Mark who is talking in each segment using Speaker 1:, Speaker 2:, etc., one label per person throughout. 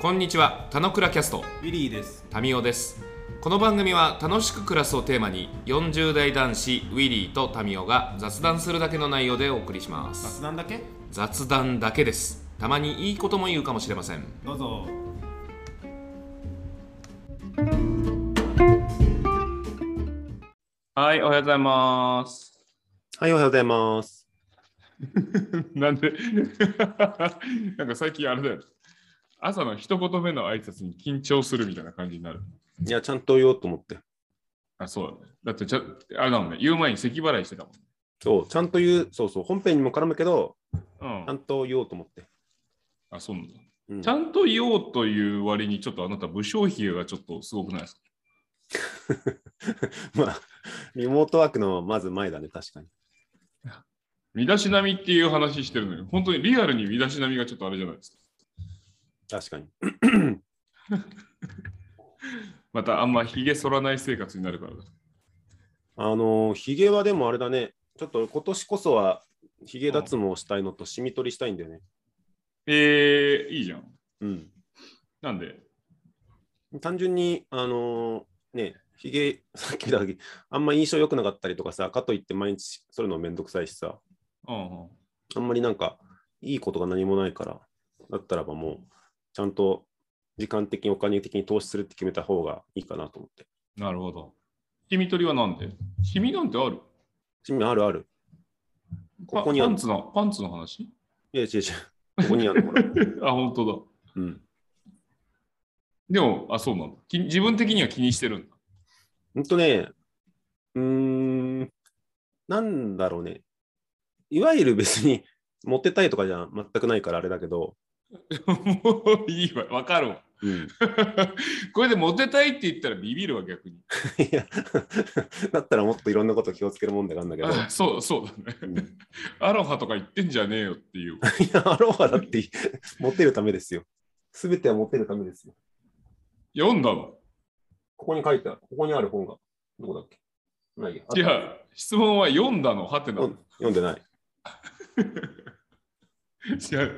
Speaker 1: こんにちは、たのくらキャスト、
Speaker 2: ウィリーです。
Speaker 1: タミオです。この番組は楽しく暮らすをテーマに、40代男子ウィリーとタミオが雑談するだけの内容でお送りします。
Speaker 2: 雑談だけ
Speaker 1: 雑談だけです。たまにいいことも言うかもしれません。
Speaker 2: どうぞ。
Speaker 1: はい、おはようございます。
Speaker 3: はい、おはようございます。
Speaker 4: なんで なんか最近あれだよ。朝の一言目の挨拶に緊張するみたいな感じになる。
Speaker 3: いや、ちゃんと言おうと思って。
Speaker 4: あ、そうだね。だってちゃ、あれだもんね。言う前に咳払いしてたもん。
Speaker 3: そう、ちゃんと言う、そうそう、本編にも絡むけど、ち
Speaker 4: う
Speaker 3: ゃ
Speaker 4: ん
Speaker 3: ん。と言おうと思って。
Speaker 4: あ、そうなんだ。
Speaker 3: うん
Speaker 4: ちゃんと言おうという割に、ちょっとあなた、武将髭がちょっとすごくないですか
Speaker 3: まあ、リモートワークのまず前だね、確かに。
Speaker 4: 身だしなみっていう話してるのに、本当にリアルに身だしなみがちょっとあれじゃないですか。
Speaker 3: 確かに。
Speaker 4: また、あんま髭剃らない生活になるからだ。
Speaker 3: あの、ヒゲはでもあれだね、ちょっと今年こそは、ヒゲ脱毛したいのと、シミ取りしたいんだよね。
Speaker 4: えー、いいじゃん。
Speaker 3: うん。
Speaker 4: なんで、
Speaker 3: 単純に、あのね、ヒゲ、さっきだけ、あんま印象良くなかったりとかさ、かといって毎日剃るのめんどくさいしさ、
Speaker 4: うんうん、
Speaker 3: あんまりなんか、いいことが何もないから、だったらばもう、ちゃんと時間的にお金的に投資するって決めた方がいいかなと思って。
Speaker 4: なるほど。黄身取りはなんで黄身なんてある
Speaker 3: 趣味あるある。ここにあ
Speaker 4: パ
Speaker 3: る
Speaker 4: パンツの、パンツの話
Speaker 3: いや、違う違う。ここにあるの、ほら。
Speaker 4: あ、本当だ。
Speaker 3: うん。
Speaker 4: でも、あ、そうなんだ。き自分的には気にしてるんだ。
Speaker 3: ほんとね、うーん、なんだろうね。いわゆる別に、モテたいとかじゃ全くないからあれだけど、
Speaker 4: もういいわ、わかるわ。
Speaker 3: うん、
Speaker 4: これでモテたいって言ったらビビるわ、逆に。
Speaker 3: いや、だったらもっといろんなこと気をつける問題があるんだけど、
Speaker 4: あそう、そうだね。
Speaker 3: うんい
Speaker 4: アロハとか言ってんじゃねえよっていう。
Speaker 3: や、アロハだって、モテるためですよ。すべてはモテるためですよ。
Speaker 4: 読んだの。
Speaker 3: ここに書いてある、ここにある本が、どこだっけないや。
Speaker 4: いや、質問は読んだの、はてな
Speaker 3: う。ん読んでない。
Speaker 4: いや、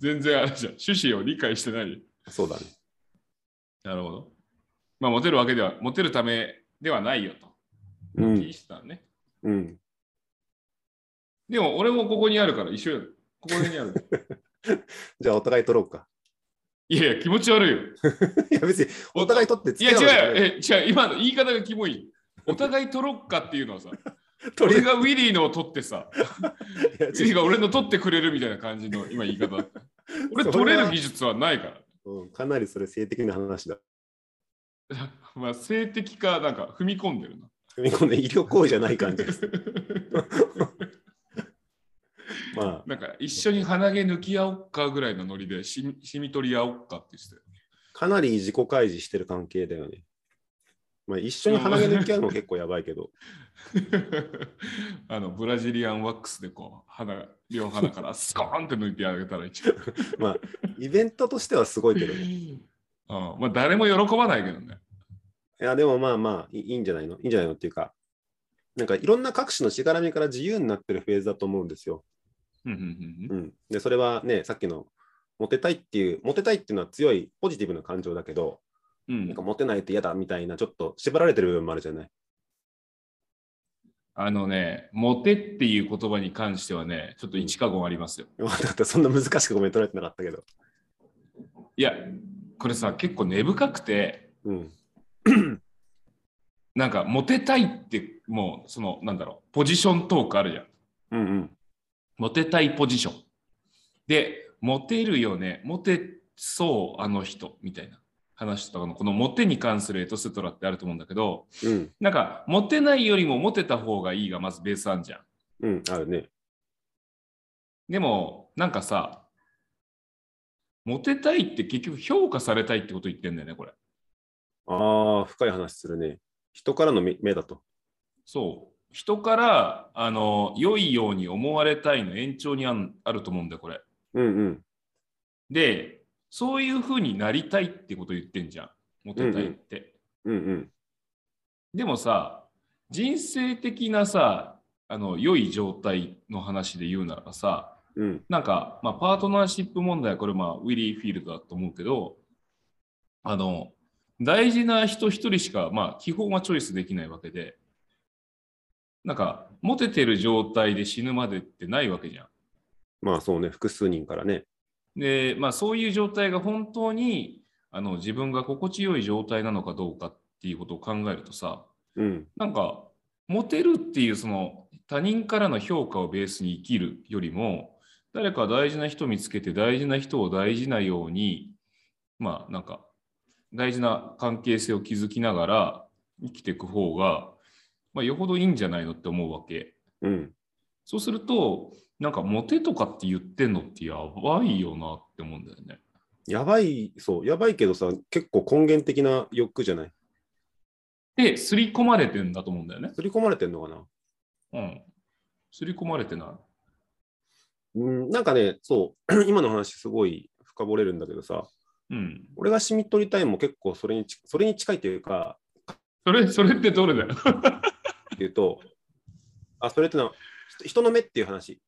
Speaker 4: 全然あれじゃん。趣旨を理解してない。
Speaker 3: そうだね。
Speaker 4: なるほど。まあ、モテるわけでは、モテるためではないよと。
Speaker 3: う
Speaker 4: 気
Speaker 3: ん
Speaker 4: に。してたのね。
Speaker 3: うん。
Speaker 4: でも俺もここにあるから一緒やでここに ある。
Speaker 3: じゃあ、お互い取ろうか。
Speaker 4: いやいや、気持ち悪いよ。
Speaker 3: いや、別に、お互い取って
Speaker 4: い
Speaker 3: 付
Speaker 4: や
Speaker 3: き合うわけじゃない
Speaker 4: 違うよ。え違う、今の言い方がキモい。お互い取ろっかってい うのはさ、
Speaker 3: とりあえ
Speaker 4: 俺がウィリーのを取ってさ、ウィ
Speaker 3: ずい
Speaker 4: リ
Speaker 3: や違
Speaker 4: ー
Speaker 3: う
Speaker 4: が俺の取ってくれるみたいな感じの今言 い方だった。俺取れる技術はないから。
Speaker 3: うんかなりそれ性的な話だ。
Speaker 4: まあ、性的か、なんか踏み込んでるな。
Speaker 3: 踏み込んで医療行為じゃない感じ です。まあ、
Speaker 4: なんか一緒に鼻毛抜き合おっかぐらいのノリで、しみしみ取り合おっかって言って たよ。
Speaker 3: かなり自己開示してる関係だよね。まあ、一緒に鼻毛抜き合うのも結構やばいけ ど、
Speaker 4: あのブラジリアンワックスでこう鼻両鼻からスコーンって抜いてあげたら一番。
Speaker 3: イベントとしてはすごいけどね。
Speaker 4: うんまあ誰も喜ばないけどね。
Speaker 3: いや、でもまあまあ、いいいんじゃないのいいんじゃないのっていうか、なんかいろんな各種のしがらみから自由になってるフェーズだと思うんですよ。
Speaker 4: うんうんうんう
Speaker 3: うんん、で、それはね、さっきの、モテたいっていう、モテたいっていうのは強いポジティブな感情だけど、
Speaker 4: うん
Speaker 3: なんかモテないと嫌だみたいな、ちょっと縛られてる部分もあるじゃない。
Speaker 4: あのね、モテっていう言葉に関してはね、ちょっと一過言ありますよ。
Speaker 3: だってそんな難しくごめん、取られてなかったけど。
Speaker 4: いや、これさ、結構根深くて、
Speaker 3: うん。
Speaker 4: なんかモテたいって、もうその、なんだろう、ポジショントークあるじゃん。
Speaker 3: うんうん。
Speaker 4: モテたいポジション。で、モテるよね、モテそう、あの人、みたいな話とかの、このモテに関するエトセトラってあると思うんだけど、
Speaker 3: うん。
Speaker 4: なんか、モテないよりもモテた方がいいが、まずベースあんじゃん。
Speaker 3: うん。あるね。
Speaker 4: でも、なんかさ、モテたいって結局評価されたいってこと言ってんだよね、これ。
Speaker 3: ああ、深い話するね。人からの目目だと。
Speaker 4: そう。人から、あの、良いように思われたいの延長にあんあると思うんだよ、これ。
Speaker 3: うんうん。
Speaker 4: で、そういう風になりたいってこと言ってんじゃん。モテたいって。
Speaker 3: うんうん。
Speaker 4: でもさ、人生的なさ、あの、良い状態の話で言うならばさ、
Speaker 3: うん
Speaker 4: なんか、まあ、パートナーシップ問題はこれ、まあ、ウィリー・フィールドだと思うけど、あの、大事な人一人しか、まあ、基本はチョイスできないわけで、なんか、モテてる状態で死ぬまでってないわけじゃん。
Speaker 3: まあそうね、複数人からね。
Speaker 4: で、まあ、そういう状態が本当にあの自分が心地よい状態なのかどうかっていうことを考えるとさ
Speaker 3: うん。
Speaker 4: なんかモテるっていうその他人からの評価をベースに生きるよりも誰か大事な人見つけて大事な人を大事なようにまあなんか大事な関係性を築きながら生きていく方が、まあ、よほどいいんじゃないのって思うわけ。
Speaker 3: うん。
Speaker 4: そうするとなんかモテとかって言ってんのってやばいよなって思うんだよね。
Speaker 3: やばい、そう、やばいけどさ、結構根源的な欲じゃない。
Speaker 4: で、刷り込まれてんだと思うんだよね。
Speaker 3: 刷り込まれてんのかな
Speaker 4: うん。刷り込まれてない。
Speaker 3: うん、なんかね、そう、 今の話すごい深掘れるんだけどさ、
Speaker 4: うん。
Speaker 3: 俺が染み取りたいも結構それにち、それに近いというか、
Speaker 4: それ、それってどれだよ。
Speaker 3: っていうと、あ、それってのは、ひ人の目っていう話。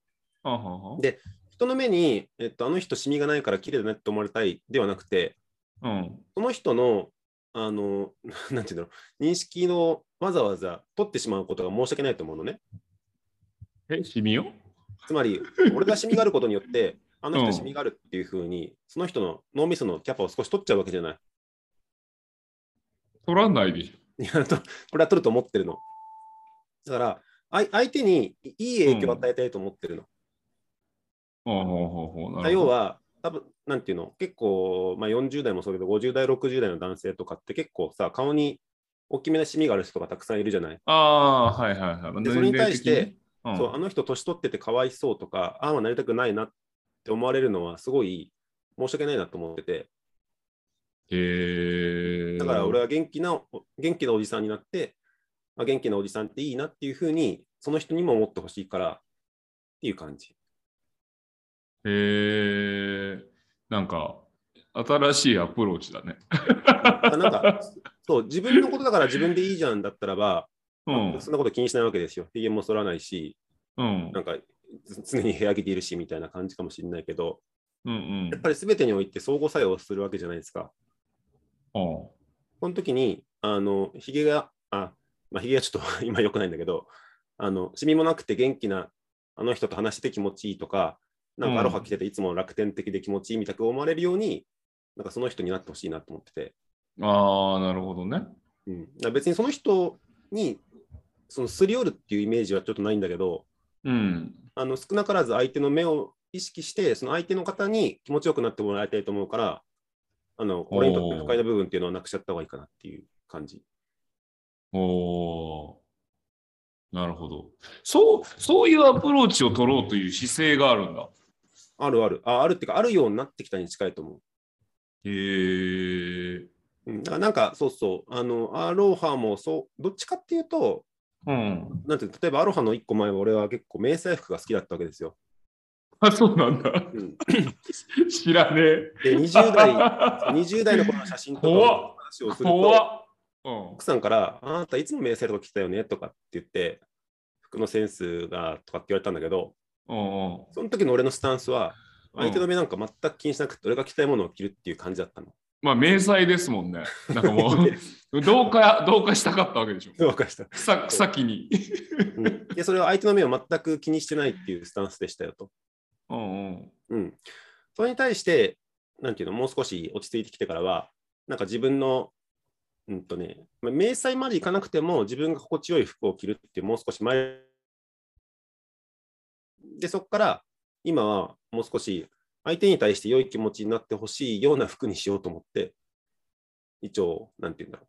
Speaker 4: はあは
Speaker 3: で人の目に、えっと、あの人シミがないから綺麗だねって思われたいではなくて、
Speaker 4: あはあうん。
Speaker 3: その人の、あの、なんていうんだろう、認識のわざわざ取ってしまうことが申し訳ないと思うのね。
Speaker 4: え、シミよ
Speaker 3: つまり、俺がシミがあることによって、あの
Speaker 4: うん
Speaker 3: 人シミがあるっていうふうに、その人の脳みそのキャパを少し取っちゃうわけじゃない。
Speaker 4: 取らないでし
Speaker 3: いやとこれは取ると思ってるの。だから、あい相手にいいい影響を与えたいと思ってるの。
Speaker 4: ょ。はあはあはあはあなるほ
Speaker 3: 要
Speaker 4: ど。
Speaker 3: は、多分なんていうの、結構、まあ、40代もそうだけど、50代、60代の男性とかって結構さ、顔に大きめなシミがある人がたくさんいるじゃない。
Speaker 4: ああー、はいはいはい。
Speaker 3: でそれに対して
Speaker 4: 年齢的にね、うん、
Speaker 3: そうあの人、年取っててかわいそうとか、ああはなりたくないなって思われるのは、すごい申し訳ないなと思ってて、
Speaker 4: へえ。
Speaker 3: だから俺
Speaker 4: は。
Speaker 3: は元気な、元気なおじさんになって、あ、元気なおじさんっていいなっていうふうに、その人にも思ってほしいからっていう感じ。
Speaker 4: へえ。なんか、新しいアプローチだね。
Speaker 3: だからなん かそう自分のことだから自分でいいじゃんだったらば、
Speaker 4: うん。
Speaker 3: そんなこと気にしないわけですよ。ひげも剃らないし、
Speaker 4: うん。
Speaker 3: なんかつ常に部屋着でいるしみたいな感じかもしれないけど、
Speaker 4: うんうん
Speaker 3: やっぱり全てにおいて相互作用するわけじゃないですか。
Speaker 4: うん。
Speaker 3: この時に、あの、ひげが、あ、まあ、ひげはちょっと 今良くないんだけど、あの、シミもなくて元気なあの人と話して気持ちいいとか、なん
Speaker 4: うん
Speaker 3: かアロハ着てていつも楽天的で気持ちいいみたく思われるように、なんかその人になってほしいなと思ってて、
Speaker 4: ああ、なるほどね。
Speaker 3: うん、だから別にその人に、そのすり寄るっていうイメージはちょっとないんだけど、
Speaker 4: うん。
Speaker 3: あの少なからず相手の目を意識して、その相手の方に気持ちよくなってもらいたいと思うから、あの俺にとって不快な部分っていうのはなくしちゃった方がいいかなっていう感じ。
Speaker 4: おお。なるほど。そう、そういうアプローチを取ろうという姿勢があるんだ。
Speaker 3: あるある。ああるっていうか、あるようになってきたに近いと思
Speaker 4: へえ。
Speaker 3: う。うん、だからなんか、そうそう、あの、アロハもそう、どっちかっていうと、
Speaker 4: うん。
Speaker 3: なんていうの例えばアロハの一個前は俺は結構迷彩服が好きだったわけですよ。
Speaker 4: あ、そうなんだ。
Speaker 3: うん、
Speaker 4: 知らねえ。
Speaker 3: で、20代、20代の頃の写真とかの
Speaker 4: 怖っ
Speaker 3: 話をすると、
Speaker 4: 怖っ。うん。
Speaker 3: 奥さんから、あなたいつも迷彩とか着てたよねとかって言って、服のセンスがとかって言われたんだけど、
Speaker 4: うんうん。
Speaker 3: その時の俺のスタンスは、
Speaker 4: うん
Speaker 3: 相手の目なんか全く気にしなくて、俺が着たいものを着るっていう感じだったの。
Speaker 4: まあ、迷彩ですもんね。なんかも う、同化、同化したかったわけでしょ。
Speaker 3: わかりました。
Speaker 4: 草、草木に。
Speaker 3: うんで、それは相手の目を全く気にしてないっていうスタンスでしたよと。
Speaker 4: うんうん。
Speaker 3: うん。それに対して、なんていうの、もう少し落ち着いてきてからは、なんか自分の、うんとね、まあ迷彩までいかなくても、自分が心地よい服を着るっていう、もう少し前。で、そこから、今はもう少し相手に対して良い気持ちになってほしいような服にしようと思って、一応、なんていうんだろう、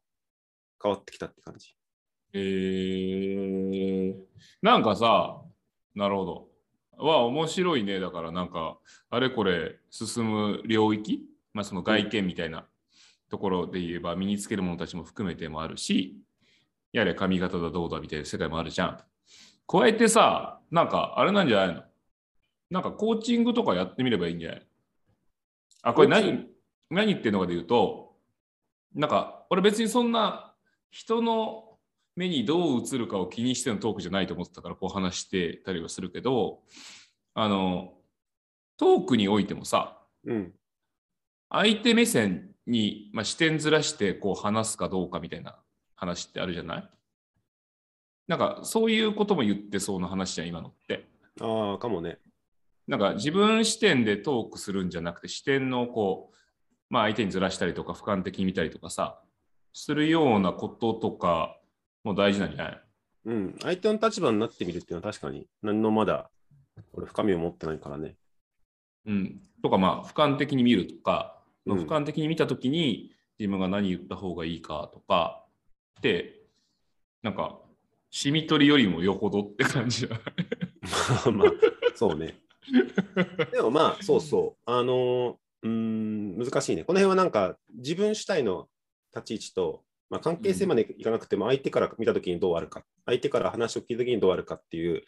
Speaker 3: 変わってきたって感じ。
Speaker 4: えー、なんかさ、なるほど。は面白いね。だからなんか、あれこれ進む領域、まあその外見みたいなところで言えば、身につけるものたちも含めてもあるし、やれ髪型だどうだみたいな世界もあるじゃん。加えてさ、なんかあれなんじゃないのなんかコーチングとかやってみればいいんじゃないあ、これ
Speaker 3: コーチ
Speaker 4: 何、何言ってるのかで言うと、なんか俺別にそんな人の目にどう映るかを気にしてのトークじゃないと思ってたからこう話してたりはするけどあのトークにおいてもさ
Speaker 3: うん。
Speaker 4: 相手目線に、まあ、視点ずらしてこう話すかどうかみたいな話ってあるじゃないなんかそういうことも言ってそうな話じゃん今のって。
Speaker 3: ああ、かもね。
Speaker 4: なんか自分視点でトークするんじゃなくて視点のこう、まあ、相手にずらしたりとか俯瞰的に見たりとかさするようなこととかも大事なんじゃない
Speaker 3: うん。相手の立場になってみるっていうのは確かに、何のまだ、俺、深みを持ってないからね。
Speaker 4: うん、とかまあ俯瞰的に見るとか、まあ
Speaker 3: うん
Speaker 4: 俯瞰的に見た時に自分が何言った方がいいかとかってなんか染み取りよりもよほどって感じだ
Speaker 3: まあ、そうね。でもまあ、そうそう。あのーうーん、難しいね。この辺はなんか、自分主体の立ち位置と、まあ、関係性までいかなくても、相手から見たときにどうあるか、相手から話を聞いたときにどうあるかっていう、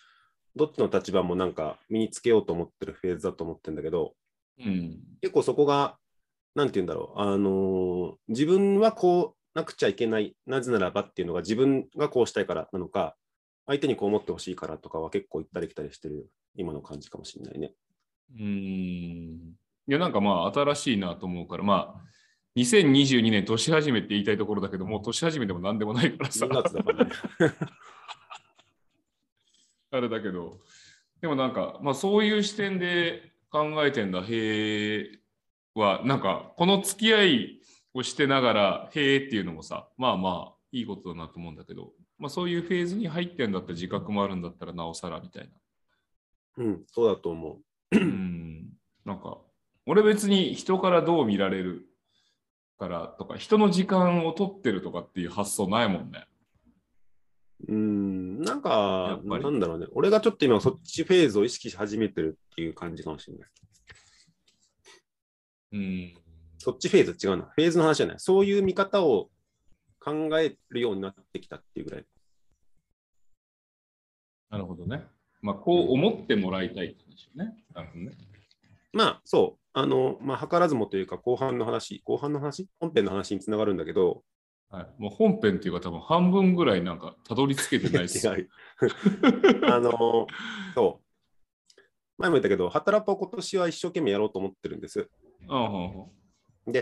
Speaker 3: どっちの立場もなんか身につけようと思ってるフェーズだと思ってるんだけど、
Speaker 4: うん
Speaker 3: 結構そこが、なんて言うんだろう、あのー自分はこうなくちゃいけない、なぜならばっていうのが自分がこうしたいからなのか、相手にこう思ってほしいからとかは結構行ったり来たりしてる今の感じかもしれないね。
Speaker 4: うんいやなんかまあ新しいなと思うからまあ2022年年始めって言いたいところだけどもう年始めでも何でもないからさ
Speaker 3: 2月だからね。
Speaker 4: あれだけど、でもなんか、まあ、そういう視点で考えてんだ、へえは、なんか、この付き合いをしてながら、へえっていうのもさ、まあまあ、いいことだなと思うんだけど、まあ、そういうフェーズに入ってんだったら、自覚もあるんだったら、なおさらみたい
Speaker 3: うん、そうだと思
Speaker 4: な。うん、なんか、俺別に人からどう見られるからとか、人の時間を取ってるとかっていう発想ないもんね。
Speaker 3: う。うん、なん
Speaker 4: や
Speaker 3: か
Speaker 4: っ、ぱり
Speaker 3: なんだろうね。俺がちょっと今そっちフェーズを意識し始めてるっていう感じかもしれない。
Speaker 4: うん。
Speaker 3: そっちフェーズ違うな。フェーズの話じゃない。そういう見方を考えるようになってきたっていうぐらい。
Speaker 4: なるほどね。まあ、こう思ってもらいたいって話よね。なるほどね。
Speaker 3: まあそう、あの、まあ、図らずもというか、後半の話、後半の話、本編の話につながるんだけど、
Speaker 4: はい、もう本編っていうか多分半分ぐらいなんかたどり着けてないっ
Speaker 3: 違
Speaker 4: す。
Speaker 3: う。あの、そう、前も言ったけど、働ぽ今年は一生懸命やろうと思ってるんです。
Speaker 4: うんうんうん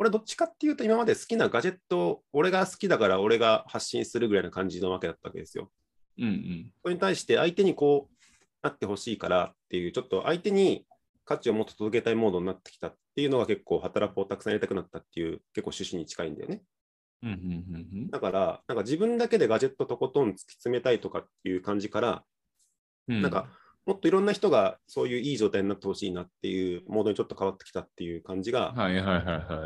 Speaker 3: 俺、どっちかっていうと、今まで好きなガジェットを、俺が好きだから俺が発信するぐらいの感じのわけだったわけですよ。
Speaker 4: うん
Speaker 3: それに対して、相手にこうなってほしいからっていう、ちょっと相手に価値をもっと届けたいモードになってきたっていうのが結構、働ぽをたくさんやりたくなったっていう、結構趣旨に近いんだよね。
Speaker 4: うんうんうん
Speaker 3: だから、なんか自分だけでガジェットとことん突き詰めたいとかっていう感じから、
Speaker 4: うんうん
Speaker 3: なんかもっといろんな人がそういういい状態になってほしいなっていうモードにちょっと変わってきたっていう感じが
Speaker 4: はいはいはい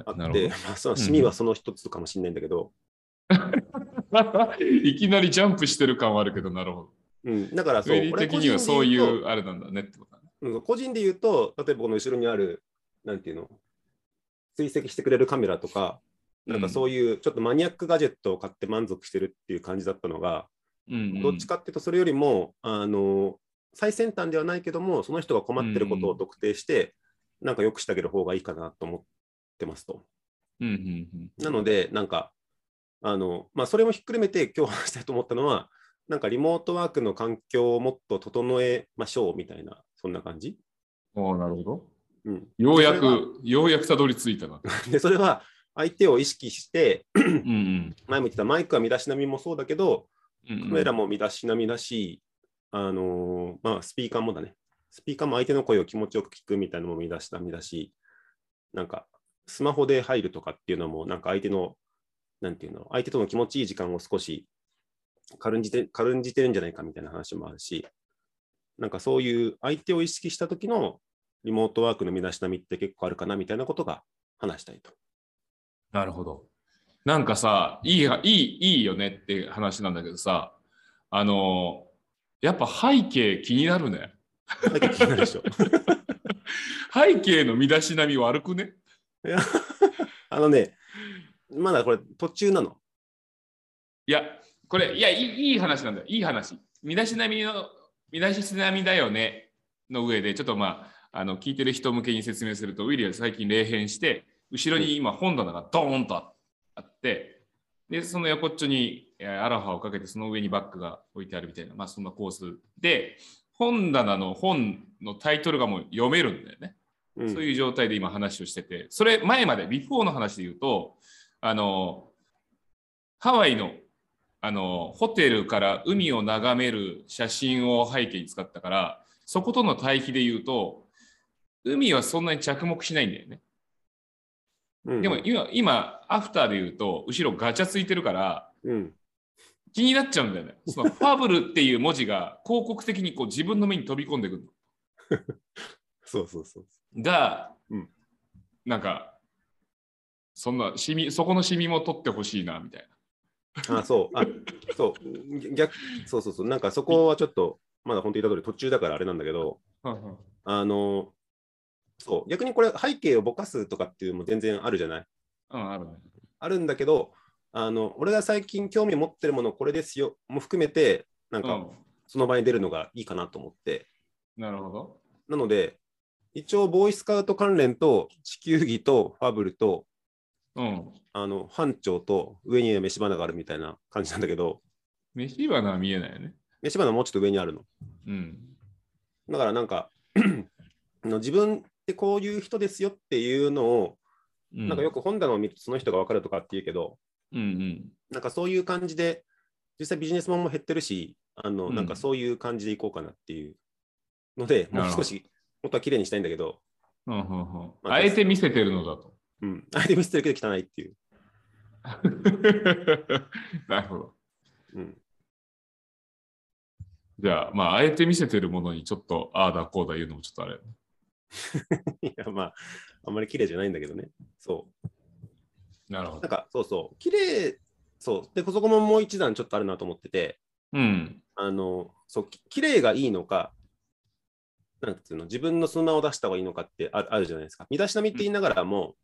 Speaker 3: あ
Speaker 4: はい。な
Speaker 3: って、
Speaker 4: る
Speaker 3: まあ、その趣味はその一つかもしれないんだけど、
Speaker 4: ほど。 いきなりジャンプしてる感はあるけど、なるほど。
Speaker 3: うんだから
Speaker 4: ウ
Speaker 3: そう、
Speaker 4: ェリー
Speaker 3: 俺
Speaker 4: 的
Speaker 3: 個
Speaker 4: に
Speaker 3: 人で言
Speaker 4: はそうい
Speaker 3: と
Speaker 4: うあれなんだねってことだね。
Speaker 3: うん個人で言うと、例えばこの後ろにある、なんていうの、追跡してくれるカメラとか、なんかそういうちょっとマニアックガジェットを買って満足してるっていう感じだったのが、
Speaker 4: うんうん
Speaker 3: どっちかっていうと、それよりも、あの最先端ではないけども、その人が困ってることを特定して、なんか良くしてあげる方がいいかなと思ってますと。
Speaker 4: うんうんうん
Speaker 3: なので、なんか、あのまあ、それもひっくるめて、今日話したいと思ったのは、なんかリモートワークの環境をもっと整えましょうみたいな、そんな感じ。
Speaker 4: おーなるほど。
Speaker 3: うん、
Speaker 4: ようや
Speaker 3: それは
Speaker 4: く、ようやくたどり着い たな。
Speaker 3: でそれは相手を意識して、
Speaker 4: うんうん
Speaker 3: 前も言ってたマイクは身だしなみもそうだけど、
Speaker 4: うんうん。
Speaker 3: カメラも身だしなみだし、あのーまあ、スピーカーもだね。スピーカーも相手の声を気持ちよく聞くみたいなのも身だしなみだし、なんか、スマホで入るとかっていうのも、なんか相手の、なんていうの、相手との気持ちいい時間を少し軽んじて軽んじてるんじゃないかみたいな話もあるし、なんかそういう相手を意識した時のリモートワークの身だしなみって結構あるかなみたいなことが話したいと。
Speaker 4: なるほど。なんかさ、いいはいいいいよねって話なんだけどさ、あのやっぱ背景気になるね。
Speaker 3: だけ気になるでし ょ。
Speaker 4: 背景の身だしなみ悪くね。
Speaker 3: いやあのね、まだこれ途中なの。
Speaker 4: いや、これ、いや、いいいい話なんだよ。いい話。身だしなみの、身だしなみだよねの上で、ちょっとまあ、あの聞いてる人向けに説明すると、ウィリアム最近冷変して、後ろに今本棚がドーンとああって、で、その横っちょにえーアロハをかけて、その上にバッグが置いてあるみたいな、まあそんなコースで、本棚の本のタイトルがもう読めるんだよね。
Speaker 3: うん
Speaker 4: そういう状態で今話をしてて、それ前まで、ビフォーの話で言うと、あの、ハワイの、あの、ホテルから海を眺める写真を背景に使ったから、そことの対比で言うと、海はそんなに着目しないんだよね。
Speaker 3: うん
Speaker 4: でも今、今、アフターで言うと、後ろガチャついてるから、
Speaker 3: うん、
Speaker 4: 気になっちゃうんだよね。そのファブルっていう文字が広告的にこう自分の目に飛び込んでくる
Speaker 3: そうそうそう。
Speaker 4: のが、
Speaker 3: うん
Speaker 4: なんか、そんな、シミ、そこのシミも取ってほしいな、みたい
Speaker 3: あ、そう、あ、そう、ぎ逆、そうそうそう、なんかそこはちょっと、まだ本当に言った通り途中だからあれなんだけど、
Speaker 4: な。
Speaker 3: あの、そう、逆にこれ背景をぼかすとかっていうのも全然あるじゃない
Speaker 4: うん、あるね。
Speaker 3: あるんだけど、あの、俺が最近興味持ってるものこれですよも含めて、なん
Speaker 4: う
Speaker 3: か
Speaker 4: ん。
Speaker 3: その場に出るのがいいかなと思って、
Speaker 4: なるほど。
Speaker 3: なので、一応ボーイスカウト関連と地球儀とファブルと
Speaker 4: うん。
Speaker 3: あの班長と上には飯花があるみたいな感じなんだけど、
Speaker 4: 飯花は見えないよね。
Speaker 3: 飯花もうちょっと上にあるの。
Speaker 4: うん。
Speaker 3: だからなんか あの自分ってこういう人ですよっていうのを、
Speaker 4: うん
Speaker 3: なんかよく本棚を見るとその人が分かるとかっていうけど
Speaker 4: うん
Speaker 3: なんかそういう感じで実際ビジネスマンも減ってるしあの、
Speaker 4: うん
Speaker 3: なんかそういう感じでいこうかなっていうのでも
Speaker 4: な
Speaker 3: う
Speaker 4: るほど
Speaker 3: 少し本当は綺麗にしたいんだけど、
Speaker 4: うん。うんうんうん
Speaker 3: まあ
Speaker 4: あえて見せてるのだと。
Speaker 3: うん、相手見せてるけど汚いっていう、
Speaker 4: なるほど。
Speaker 3: うん、
Speaker 4: じゃあ、まあ、あえて見せてるものにちょっと、ああだこうだ言うのもちょっとあれ。
Speaker 3: いやまああんまり綺麗じゃないんだけどねそう
Speaker 4: なるほ
Speaker 3: なん
Speaker 4: ど。
Speaker 3: かそうそう綺麗そうでそこももう一段ちょっとあるなと思ってて
Speaker 4: うん。
Speaker 3: あのそうき綺麗がいいのかなんていうの自分の素名を出した方がいいのかってあるあるじゃないですか身だしなみって言いながらも、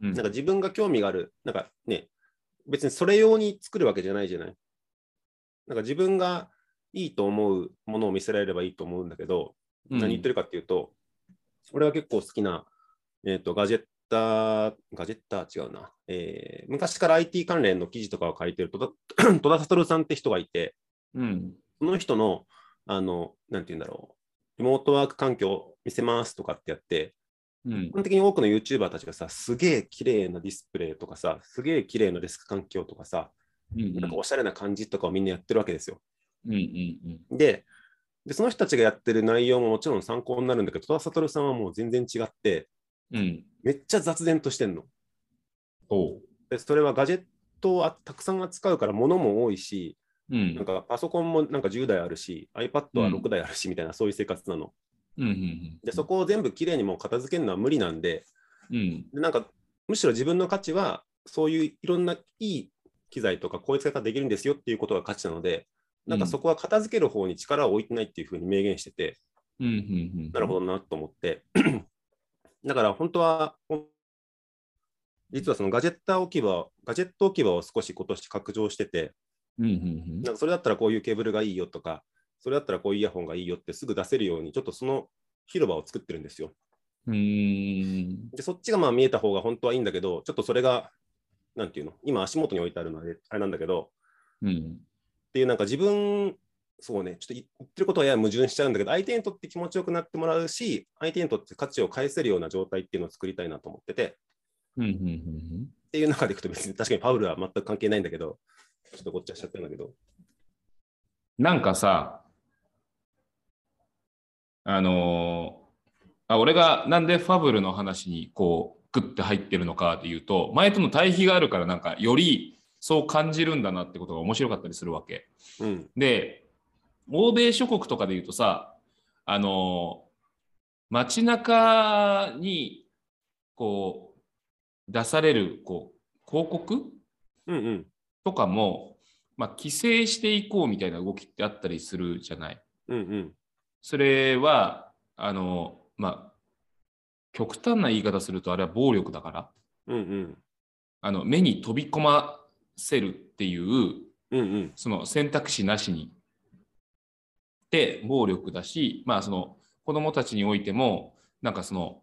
Speaker 4: う
Speaker 3: な
Speaker 4: ん
Speaker 3: んか自分が興味があるなんかね別にそれ用に作るわけじゃないじゃないなんか自分がいいと思うものを見せられればいいと思うんだけど、何言ってるかっていうと俺は結構好きな、えー、とガジェッターガジェッター違うな、えー昔から IT 関連の記事とかを書いてる戸田 戸田悟さんって人がいて、
Speaker 4: うん。
Speaker 3: その人の、あの、なんて言うんだろう、リモートワーク環境を見せますとかってやって、
Speaker 4: うん
Speaker 3: 基。本的に多くの YouTuber たちがさ、すげえ綺麗なディスプレイとかさ、すげえ綺麗なデスク環境とかさ、
Speaker 4: うん。
Speaker 3: なんかおしゃれな感じとかをみんなやってるわけですよ。
Speaker 4: うん。うん。
Speaker 3: で、でその人たちがやってる内容ももちろん参考になるんだけど、戸田悟さんはもう全然違って、
Speaker 4: うん。
Speaker 3: めっちゃ雑然としてんの。
Speaker 4: おう。
Speaker 3: でそれはガジェットをあたくさん扱うから物も多いし、
Speaker 4: う
Speaker 3: なん
Speaker 4: ん。
Speaker 3: かパソコンもなんか10台あるし、iPad は6台あるしみたいな、そういう生活なの。
Speaker 4: うん。
Speaker 3: でそこを全部きれいにもう片付けるのは無理なんで
Speaker 4: うん。
Speaker 3: でなんかむしろ自分の価値はそういういろんないい機材とかこういう使い方できるんですよっていうことが価値なのでなんかそこは片付ける方に力を置いてないっていうふうに明言してて、
Speaker 4: うん。うん。
Speaker 3: なるほどなと思って だから本当はほん実はそのガジェッタ置き場ガジェット置き場を少し今年拡張してて
Speaker 4: うん。うん。
Speaker 3: なんかそれだったらこういうケーブルがいいよとかそれだったらこういうイヤホンがいいよってすぐ出せるようにちょっとその広場を作ってるんですよ。
Speaker 4: うん。
Speaker 3: で、そっちがまあ見えた方が本当はいいんだけど、ちょっとそれが、なんていうの、今足元に置いてあるので、あれなんだけど、
Speaker 4: うん。
Speaker 3: っていうなんか自分、そうね、ちょっと言ってることはやや矛盾しちゃうんだけど、相手にとって気持ちよくなってもらうし、相手にとって価値を返せるような状態っていうのを作りたいなと思ってて、
Speaker 4: うん。
Speaker 3: っていう中でいくと別に確かにパウルは全く関係ないんだけど、ちょっとごっちゃしちゃったんだけど、
Speaker 4: なんかさ、あのーあ、俺がなんでファブルの話にこう、グッて入ってるのかっていうと、前との対比があるから、なんかよりそう感じるんだなってことが面白かったりするわけ。
Speaker 3: うん、
Speaker 4: で、欧米諸国とかで言うとさ、あのー街中にこう出されるこう広告
Speaker 3: うんうん、
Speaker 4: とかも、まあ、規制していこうみたいな動きってあったりするじゃない。
Speaker 3: うんうん、
Speaker 4: それは、あの、まあ、極端な言い方すると、あれは暴力だから、
Speaker 3: うんうん、
Speaker 4: あの、目に飛び込ませるっていう、
Speaker 3: うんうん、
Speaker 4: その選択肢なしに。で、暴力だし、まあ、その、子供たちにおいても、なんかその、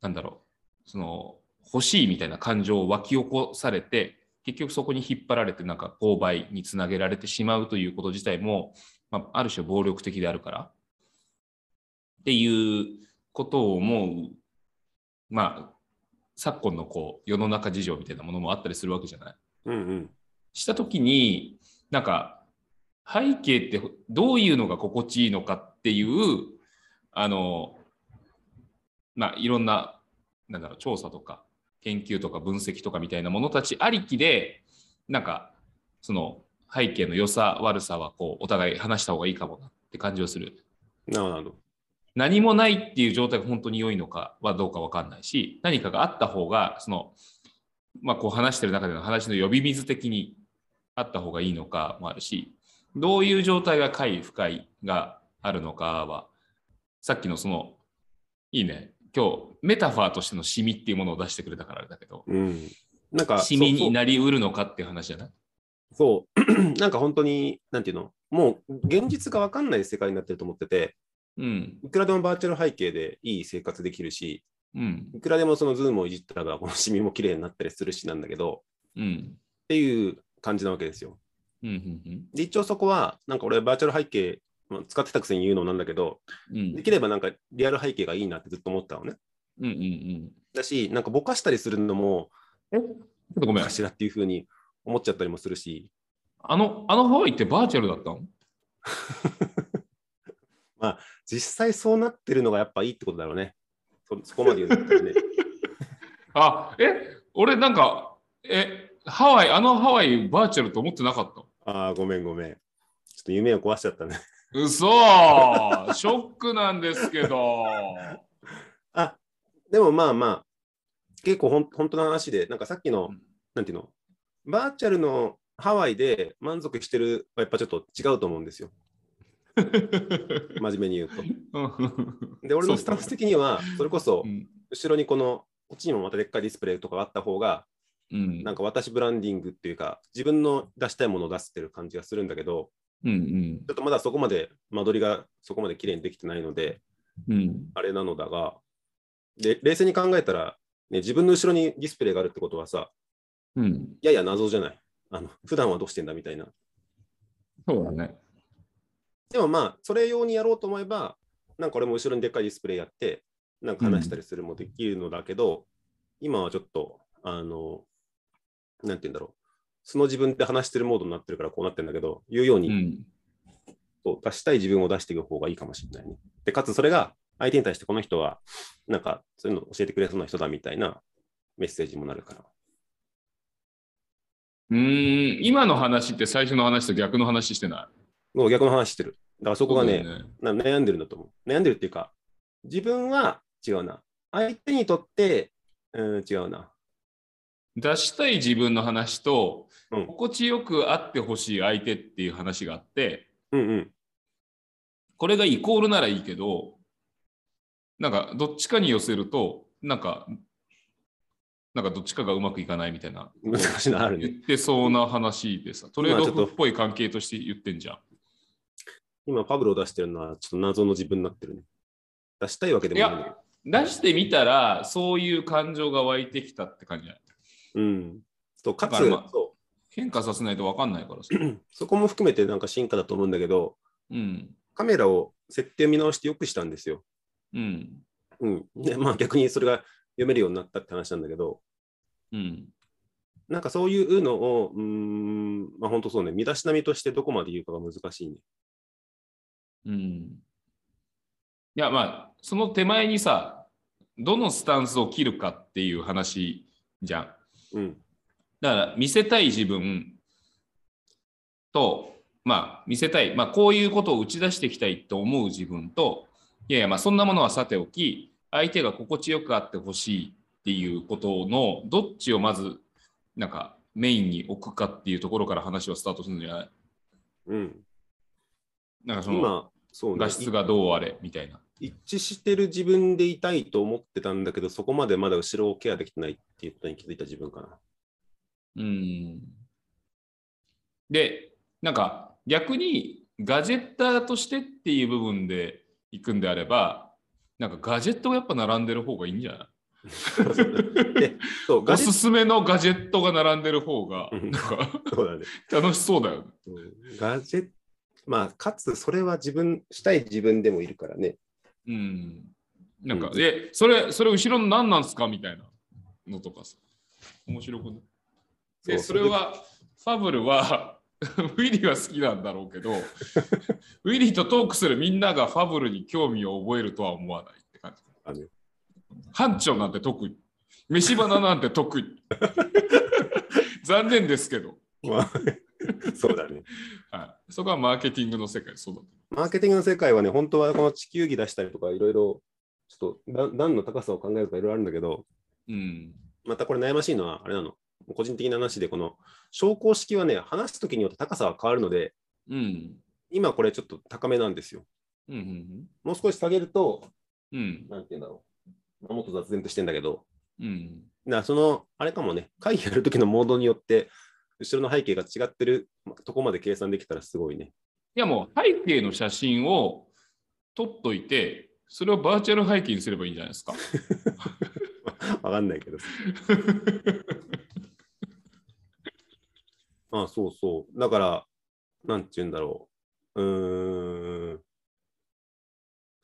Speaker 4: なんだろう、その、欲しいみたいな感情を湧き起こされて、結局そこに引っ張られて、なんか購買につなげられてしまうということ自体も、まあ、ある種暴力的であるから、っていうことを思うまあ、昨今のこう世の中事情みたいなものもあったりするわけじゃない。
Speaker 3: うんうん。
Speaker 4: した時になんか背景ってどういうのが心地いいのかっていうあのまあいろんななんだろう調査とか研究とか分析とかみたいなものたちありきでなんかその背景の良さ悪さはこうお互い話した方がいいかもなって感じをする。
Speaker 3: なるほど。
Speaker 4: 何もないっていう状態が本当に良いのかはどうか分かんないし何かがあった方がその、まあ、こう話してる中での話の呼び水的にあった方がいいのかもあるしどういう状態が快不快があるのかはさっきのそのいいね今日メタファーとしてのシミっていうものを出してくれたからあれだけど
Speaker 3: うん。なんか、
Speaker 4: シミ
Speaker 3: そうそう
Speaker 4: になりうるのかっていう話じゃない
Speaker 3: そう なんか本当に、なんていうの、もう現実が分かんない世界になってると思ってて、
Speaker 4: うん
Speaker 3: いくらでもバーチャル背景でいい生活できるし、
Speaker 4: うん
Speaker 3: いくらでもそのズームをいじったら、このシミも綺麗になったりするしなんだけど、
Speaker 4: うん
Speaker 3: っていう感じなわけですよ。
Speaker 4: うんうん
Speaker 3: で、一応そこは、なんか俺、バーチャル背景、まあ使ってたくせに言うのなんだけど、
Speaker 4: うんうん
Speaker 3: できればなんかリアル背景がいいなってずっと思ったのね。
Speaker 4: うんうんうん
Speaker 3: だし、なんかぼかしたりするのも、
Speaker 4: ちょっとごめん
Speaker 3: かしらっていうふうに思っちゃったりもするし、
Speaker 4: あのあのハワイってバーチャルだったの
Speaker 3: 実際そうなってるのがやっぱいいってことだろうね。そそこまで言うんだった らね。
Speaker 4: あ、え、俺なんか、え、ハワイ、あのハワイバーチャルと思ってなかった。
Speaker 3: ああ、ごめんごめん。ちょっと夢を壊しちゃったね。
Speaker 4: うそ ショックなんですけど。
Speaker 3: あでもまあまあ、結構ほん本当の話で、なんかさっきの、
Speaker 4: うん
Speaker 3: なんていうの、バーチャルのハワイで満足してるはやっぱちょっと違うと思うん ですよ。真面目に言うと。で、俺のスタンス的には、それこそ
Speaker 4: うん
Speaker 3: 後ろにこの、こっちにもまたでっかいディスプレイとかがあった方が、
Speaker 4: うん
Speaker 3: なんか私ブランディングっていうか、自分の出したいものを出してる感じがするんだけど、
Speaker 4: うん
Speaker 3: ちょっとまだそこまで間取りがそこまで綺麗にできてないので、
Speaker 4: うん
Speaker 3: あれなのだが、で冷静に考えたら、ね、自分の後ろにディスプレイがあるってことはさ、
Speaker 4: うん
Speaker 3: やや謎じゃない。あの普段はどうしてんだみたいな。
Speaker 4: そうだね。
Speaker 3: でもまあ、それ用にやろうと思えば、なんか俺も後ろにでっかいディスプレイやって、なんか話したりするもできるのだけど、今はちょっと、あの、なんて言うんだろう。その自分で話してるモードになってるからこうなってるんだけど、言うよう
Speaker 4: う
Speaker 3: に、
Speaker 4: ん
Speaker 3: そう出したい自分を出していく方がいいかもしれないね。で、かつそれが相手に対してこの人は、なんかそういうの教えてくれそうな人だみたいなメッセージもなるから。
Speaker 4: うーん今の話って最初の話と逆の話してない。
Speaker 3: もう逆の話してる。だからそこがね、
Speaker 4: そうだよね
Speaker 3: な悩んでるんだと思う。悩んでるっていうか、自分は違うな。相手にとって、うん、違うな。
Speaker 4: 出したい自分の話と、
Speaker 3: うん
Speaker 4: 心地よくあってほしい相手っていう話があって、
Speaker 3: うんうん。
Speaker 4: これがイコールならいいけど、なんかどっちかに寄せると、なんか、なんかどっちかがうまくいかないみたいな、
Speaker 3: 難しいのある
Speaker 4: 言っ
Speaker 3: ね。
Speaker 4: てそうな話でさ、トレードオフっぽい関係として言ってんじゃ
Speaker 3: 今、パブロを出してるのは、ちょっと謎の自分になってるね。出したいわけで
Speaker 4: ん。い
Speaker 3: もないんだけ
Speaker 4: や
Speaker 3: ど。、
Speaker 4: 出してみたら、そういう感情が湧いてきたって感じじゃない
Speaker 3: うん。とか
Speaker 4: だ
Speaker 3: つ、
Speaker 4: からまあ
Speaker 3: そ
Speaker 4: 変化させないと分かんない からさ。
Speaker 3: う そこも含めてなんか進化だと思うんだけど、
Speaker 4: うん。
Speaker 3: カメラを設定見直してよくしたんですよ。
Speaker 4: うん。
Speaker 3: うん。で、まあ逆にそれが読めるようになったって話なんだけど、
Speaker 4: うん。
Speaker 3: なんかそういうのを、うーん、まあ本当そうね、身だしなみとしてどこまで言うかが難しいね。
Speaker 4: うん。いや、まあ、その手前にさ、どのスタンスを切るかっていう話じゃん。
Speaker 3: うん。
Speaker 4: だから見せたい自分と、まあ、見せたい、まあ、こういうことを打ち出していきたいと思う自分と、いやいや、まあ、そんなものはさておき、相手が心地よくあってほしいっていうことの、どっちをまず、なんか、メインに置くかっていうところから話をスタートするんじゃない
Speaker 3: うん。
Speaker 4: なんかその、
Speaker 3: 今、そうね
Speaker 4: 画質がどうあれみたいな。
Speaker 3: い一致してる自分でいたいと思ってたんだけど、そこまでまだ後ろをケアできてないっていうことに気づいた自分か な。
Speaker 4: うん。で、なんか、逆に、ガジェッターとしてっていう部分で行くんであれば、なんかガジェットがやっぱ並んでる方がいいんじゃない
Speaker 3: で、そう、
Speaker 4: お
Speaker 3: ガジェ
Speaker 4: す
Speaker 3: ッ
Speaker 4: すめのガジェットが並んでる方が、
Speaker 3: う
Speaker 4: なんんか
Speaker 3: トそうだね。
Speaker 4: 楽しそうだよね。
Speaker 3: うんガジェット、まあ、かつそれは自分、したい自分でもいるからね。
Speaker 4: うん。なんか、
Speaker 3: う
Speaker 4: え、それ、それ後ろの何なんすかみたいなのとかさ。面白くないで、
Speaker 3: そう
Speaker 4: それは、ファブルは、 ウィリーは好きなんだろう けど、ウィリーとトークするみんながファブルに興味を覚えるとは思わないって感じ。
Speaker 3: あね
Speaker 4: 班長なんて特に。飯花なん て特に。残念ですけど、
Speaker 3: まあ そうだね。
Speaker 4: はい、そこはマーケティングの世界、そうだと思う
Speaker 3: マーケティングの世界はね、本当はこの地球儀出したりとか、いろいろ、ちょっと段段の高さを考えるとかいろいろあるんだけど、
Speaker 4: うん。
Speaker 3: またこれ悩ましいのは、あれなの、個人的な話で、この昇降式はね、話すときによって高さは変わるので、
Speaker 4: うん。
Speaker 3: 今これちょっと高めなんですよ。
Speaker 4: うん。うん
Speaker 3: もう少し下げると、
Speaker 4: うん。
Speaker 3: なんて言うんだろう、まあもっと雑然としてんだけど、
Speaker 4: うん。
Speaker 3: なその、あれかもね、会議やるときのモードによって、後ろの背景が違ってるまとこまで計算できたらすごいね。
Speaker 4: いやもう背景の写真を撮っといて、それをバーチャル背景にすればいいんじゃないですか。
Speaker 3: わかんないけど。まあそうそう。だから、なんて言うんだろう。うーん。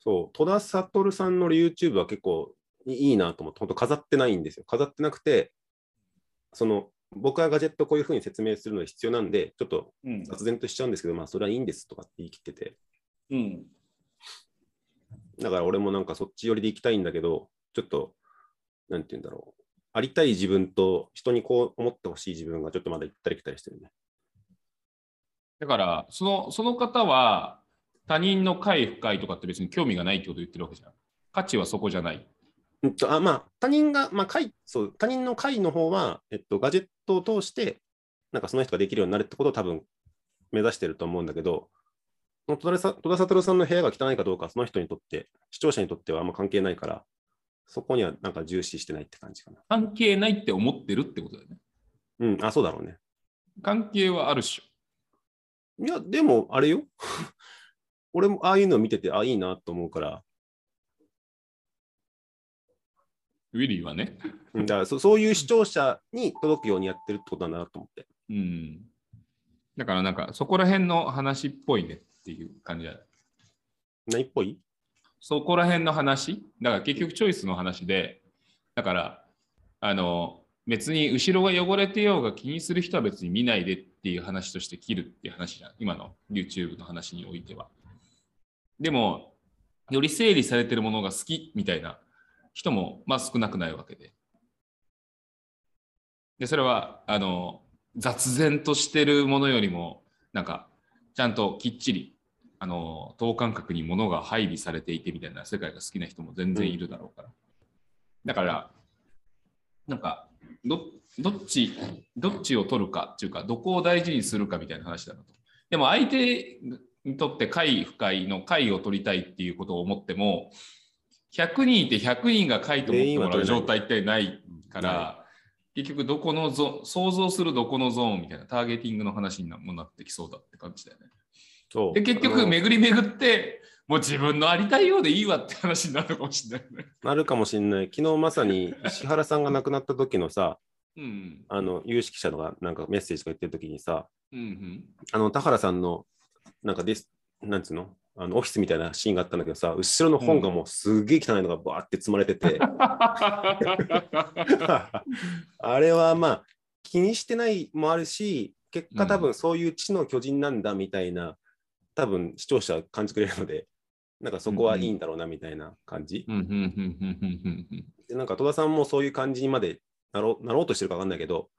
Speaker 3: そう、戸田悟さんの YouTube は結構いいいなと思って、本当飾ってないんですよ。飾ってなくて、その、僕はガジェットこういうふうに説明するのに必要なんで、ちょっと
Speaker 4: うん
Speaker 3: 雑然としちゃうんですけど、まあそれはいいんですとかって言い切ってて。
Speaker 4: うん。
Speaker 3: だから俺もなんかそっち寄りで行きたいんだけど、ちょっと、なんて言うんだろう。ありたい自分と人にこう思ってほしい自分がちょっとまだ行ったり来たりしてるね。
Speaker 4: だからその、その方は他人の快不快とかって別に興味がないってこと言ってるわけじゃん。価値はそこじゃない。
Speaker 3: うんと、あ、まあ、他人が、まあ、会、そう、他人の会の方は、えっと、ガジェットを通して、なんかその人ができるようになるってことを多分目指してると思うんだけど、その戸田さ戸田悟さんの部屋が汚いかどうかはその人にとって、視聴者にとってはあんま関係ないから、そこにはなんか重視してないって感じかな。
Speaker 4: 関係ないって思ってるってことだよね。
Speaker 3: うん、あ、そうだろうね。
Speaker 4: 関係はあるっしょ。
Speaker 3: いや、でも、あれよ。 俺もああいうのを見てて、あ、いいなと思うから、
Speaker 4: ウィリーはね。
Speaker 3: うんだからそそういう視聴者に届くようにやってるってことだなと思って。
Speaker 4: うん。だからなんかそこら辺の話っぽいねっていう感じだよね
Speaker 3: 何っぽい
Speaker 4: そこら辺の話、だから結局チョイスの話で、だから、あの、別に後ろが汚れてようが気にする人は別に見ないでっていう話として切るっていう話じゃん。今の YouTube の話においては。でも、より整理されてるものが好きみたいな人も、まあ少なくないわけで。で、それは、あの、雑然としてるものよりも、なんか、ちゃんときっちりあの等間隔に物が配備されていてみたいな世界が好きな人も全然いるだろうから、だからなんかどどっちどっちを取るかっていうかどこを大事にするかみたいな話だなとでも相手にとって快不快の快を取りたいっていうことを思っても100人いて100人が快と思ってもらう状態ってないから結局どこのゾーン想像するどこのゾーンみたいなターゲティングの話にもなってきそうだって感じだよね
Speaker 3: そう
Speaker 4: で結
Speaker 3: あ
Speaker 4: 局
Speaker 3: の
Speaker 4: 巡り巡ってもう自分のありたいようでいいわって話になるのかもしれないね。
Speaker 3: なるかもしれない。昨日まさに石原さんが亡くなった時のさ、
Speaker 4: うん。
Speaker 3: あの有識者のがなんかメッセージが言ってる時にさ、
Speaker 4: うん
Speaker 3: あの田原さんのなんかデス、なんつうのあのオフィスみたいなシーンがあったんだけどさ、後ろの本がもうすげえ汚いのがバーって積まれて て、
Speaker 4: うん。
Speaker 3: あれはまあ気にしてないもあるし結果多分そういう知の巨人なんだみたいな、多分視聴者は感じてくれるのでなんかそこはいいんだろうなみたいな感じ、
Speaker 4: うんうんうんうんうん
Speaker 3: でなんか戸田さんもそういう感じにまでなろうなろうとしてるか分かんないけど、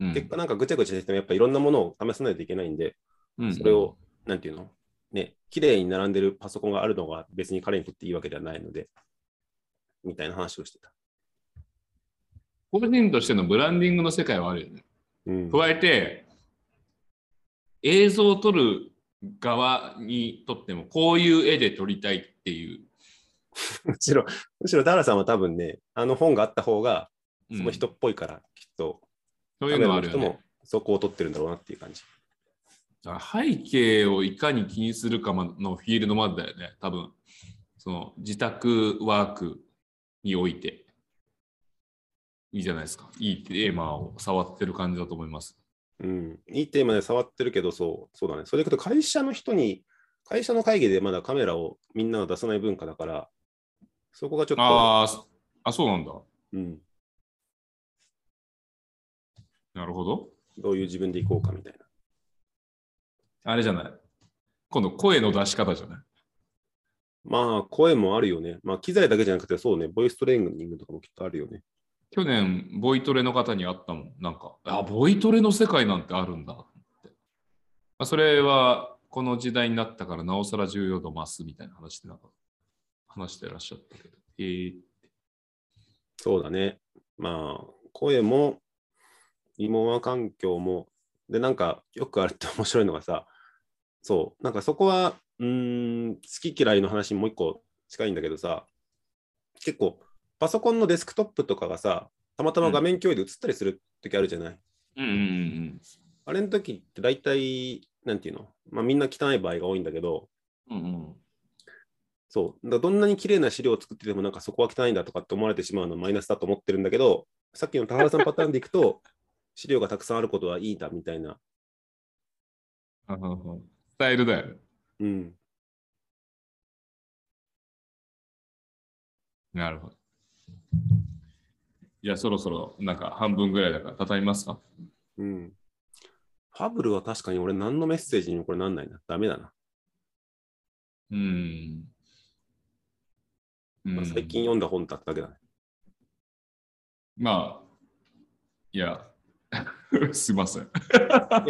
Speaker 4: うんうん
Speaker 3: 結果なんかぐちゃぐちゃしててもやっぱいろんなものを試さないといけないんで
Speaker 4: うん
Speaker 3: それをなんていうのね綺麗に並んでるパソコンがあるのが別に彼にとっていいわけではないのでみたいな話をしてた。
Speaker 4: 個人としてのブランディングの世界はあるよね。
Speaker 3: うん、
Speaker 4: 加えて映像を撮る側にとってもこういう絵で撮りたいっていう。
Speaker 3: むしろ、むしろ田原さんは多分ね、あの本があった方が、
Speaker 4: うん
Speaker 3: その人っぽいから、きっと、
Speaker 4: そうい
Speaker 3: カ
Speaker 4: う
Speaker 3: メ
Speaker 4: の
Speaker 3: ラ
Speaker 4: は
Speaker 3: の
Speaker 4: ある
Speaker 3: 人
Speaker 4: よね。
Speaker 3: もそこを取ってるんだろうなっていう感じ。
Speaker 4: だから背景をいかに気にするかのフィールドまでだよね、多分その自宅ワークにおいて、いいじゃないですか。いいテーマを触ってる感じだと思います。
Speaker 3: うん。いいテーマで触ってるけど、そう、そうだね。それでいくと、会社の人に、会社の会議でまだカメラをみんなが出さない文化だから、そこがちょっと、
Speaker 4: あーすあ、そうなんだ。
Speaker 3: うん、
Speaker 4: なるほど。
Speaker 3: どういう自分でいこうかみたいな。
Speaker 4: あれじゃない。今度、声の出し方じゃない。
Speaker 3: まあ、声もあるよね。まあ、機材だけじゃなくて、そうね、ボイストレーニングとかもきっとあるよね。
Speaker 4: 去年、ボイトレの方に会ったもん。なんか、あ、ボイトレの世界なんてあるんだって。まあ、それは、この時代になったから、なおさら重要度増すみたいな話でなんか、話してらっしゃったけど。えー
Speaker 3: そうだね。まあ、声も、リモワ環境も、で、なんか、よくあるって面白いのがさ、そう、なんかそこは、うーん、好き嫌いの話にもう一個近いんだけどさ、結構、パソコンのデスクトップとかがさ、たまたま画面共有で映ったりする時あるじゃない。
Speaker 4: うんうん
Speaker 3: あれの時って大体、なんていうの、まあ、みんな汚い場合が多いんだけど、
Speaker 4: うんうん。うんうん
Speaker 3: そう、だからどんなに綺麗な資料を作ってても、なんかそこは汚いんだとかって思われてしまうのはマイナスだと思ってるんだけど、さっきの田原さんパターンでいくと、 資料がたくさんあることはいいんだみたいな。
Speaker 4: あはは。スタイルだよね。
Speaker 3: うん。
Speaker 4: なるほど。いや、そろそろ、なんか半分ぐらいだから、畳みますか
Speaker 3: うん。ファブルは確かに俺何のメッセージにもこれなんないな。ダメだな。
Speaker 4: うん。うん
Speaker 3: まあ最近読んだ本だっただけだね。
Speaker 4: まあ、いや、 すいません。
Speaker 3: い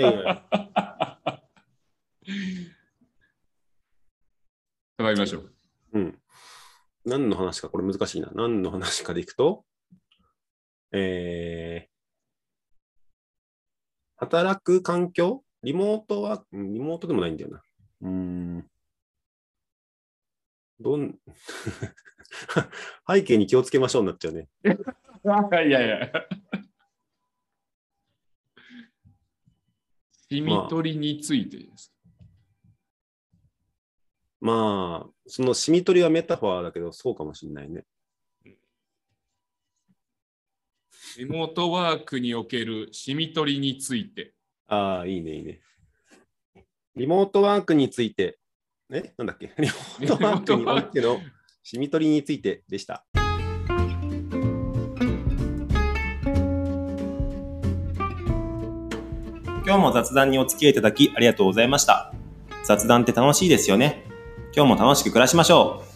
Speaker 3: やいやいや、
Speaker 4: ただきましょう。
Speaker 3: うん。何の話か、これ難しいな。何の話かでいくと、えー、働く環境リモートは、うんリモートでもないんだよな。うーん。どん、 背景に気をつけましょうになっちゃうね。
Speaker 4: いやいや。しみ取りについてです。
Speaker 3: まあ、その、しみ取りはメタファーだけど、そうかもしれないね。
Speaker 4: リモートワークにおけるしみ取りについて。
Speaker 3: ああ、いいね、いいね。リモートワークについて、え、なんだっけ、 リモートワークにおいてのしみ取りについてでした。
Speaker 2: 今日も雑談にお付き合いいただきありがとうございました。雑談って楽しいですよね。今日も楽しく暮らしましょう。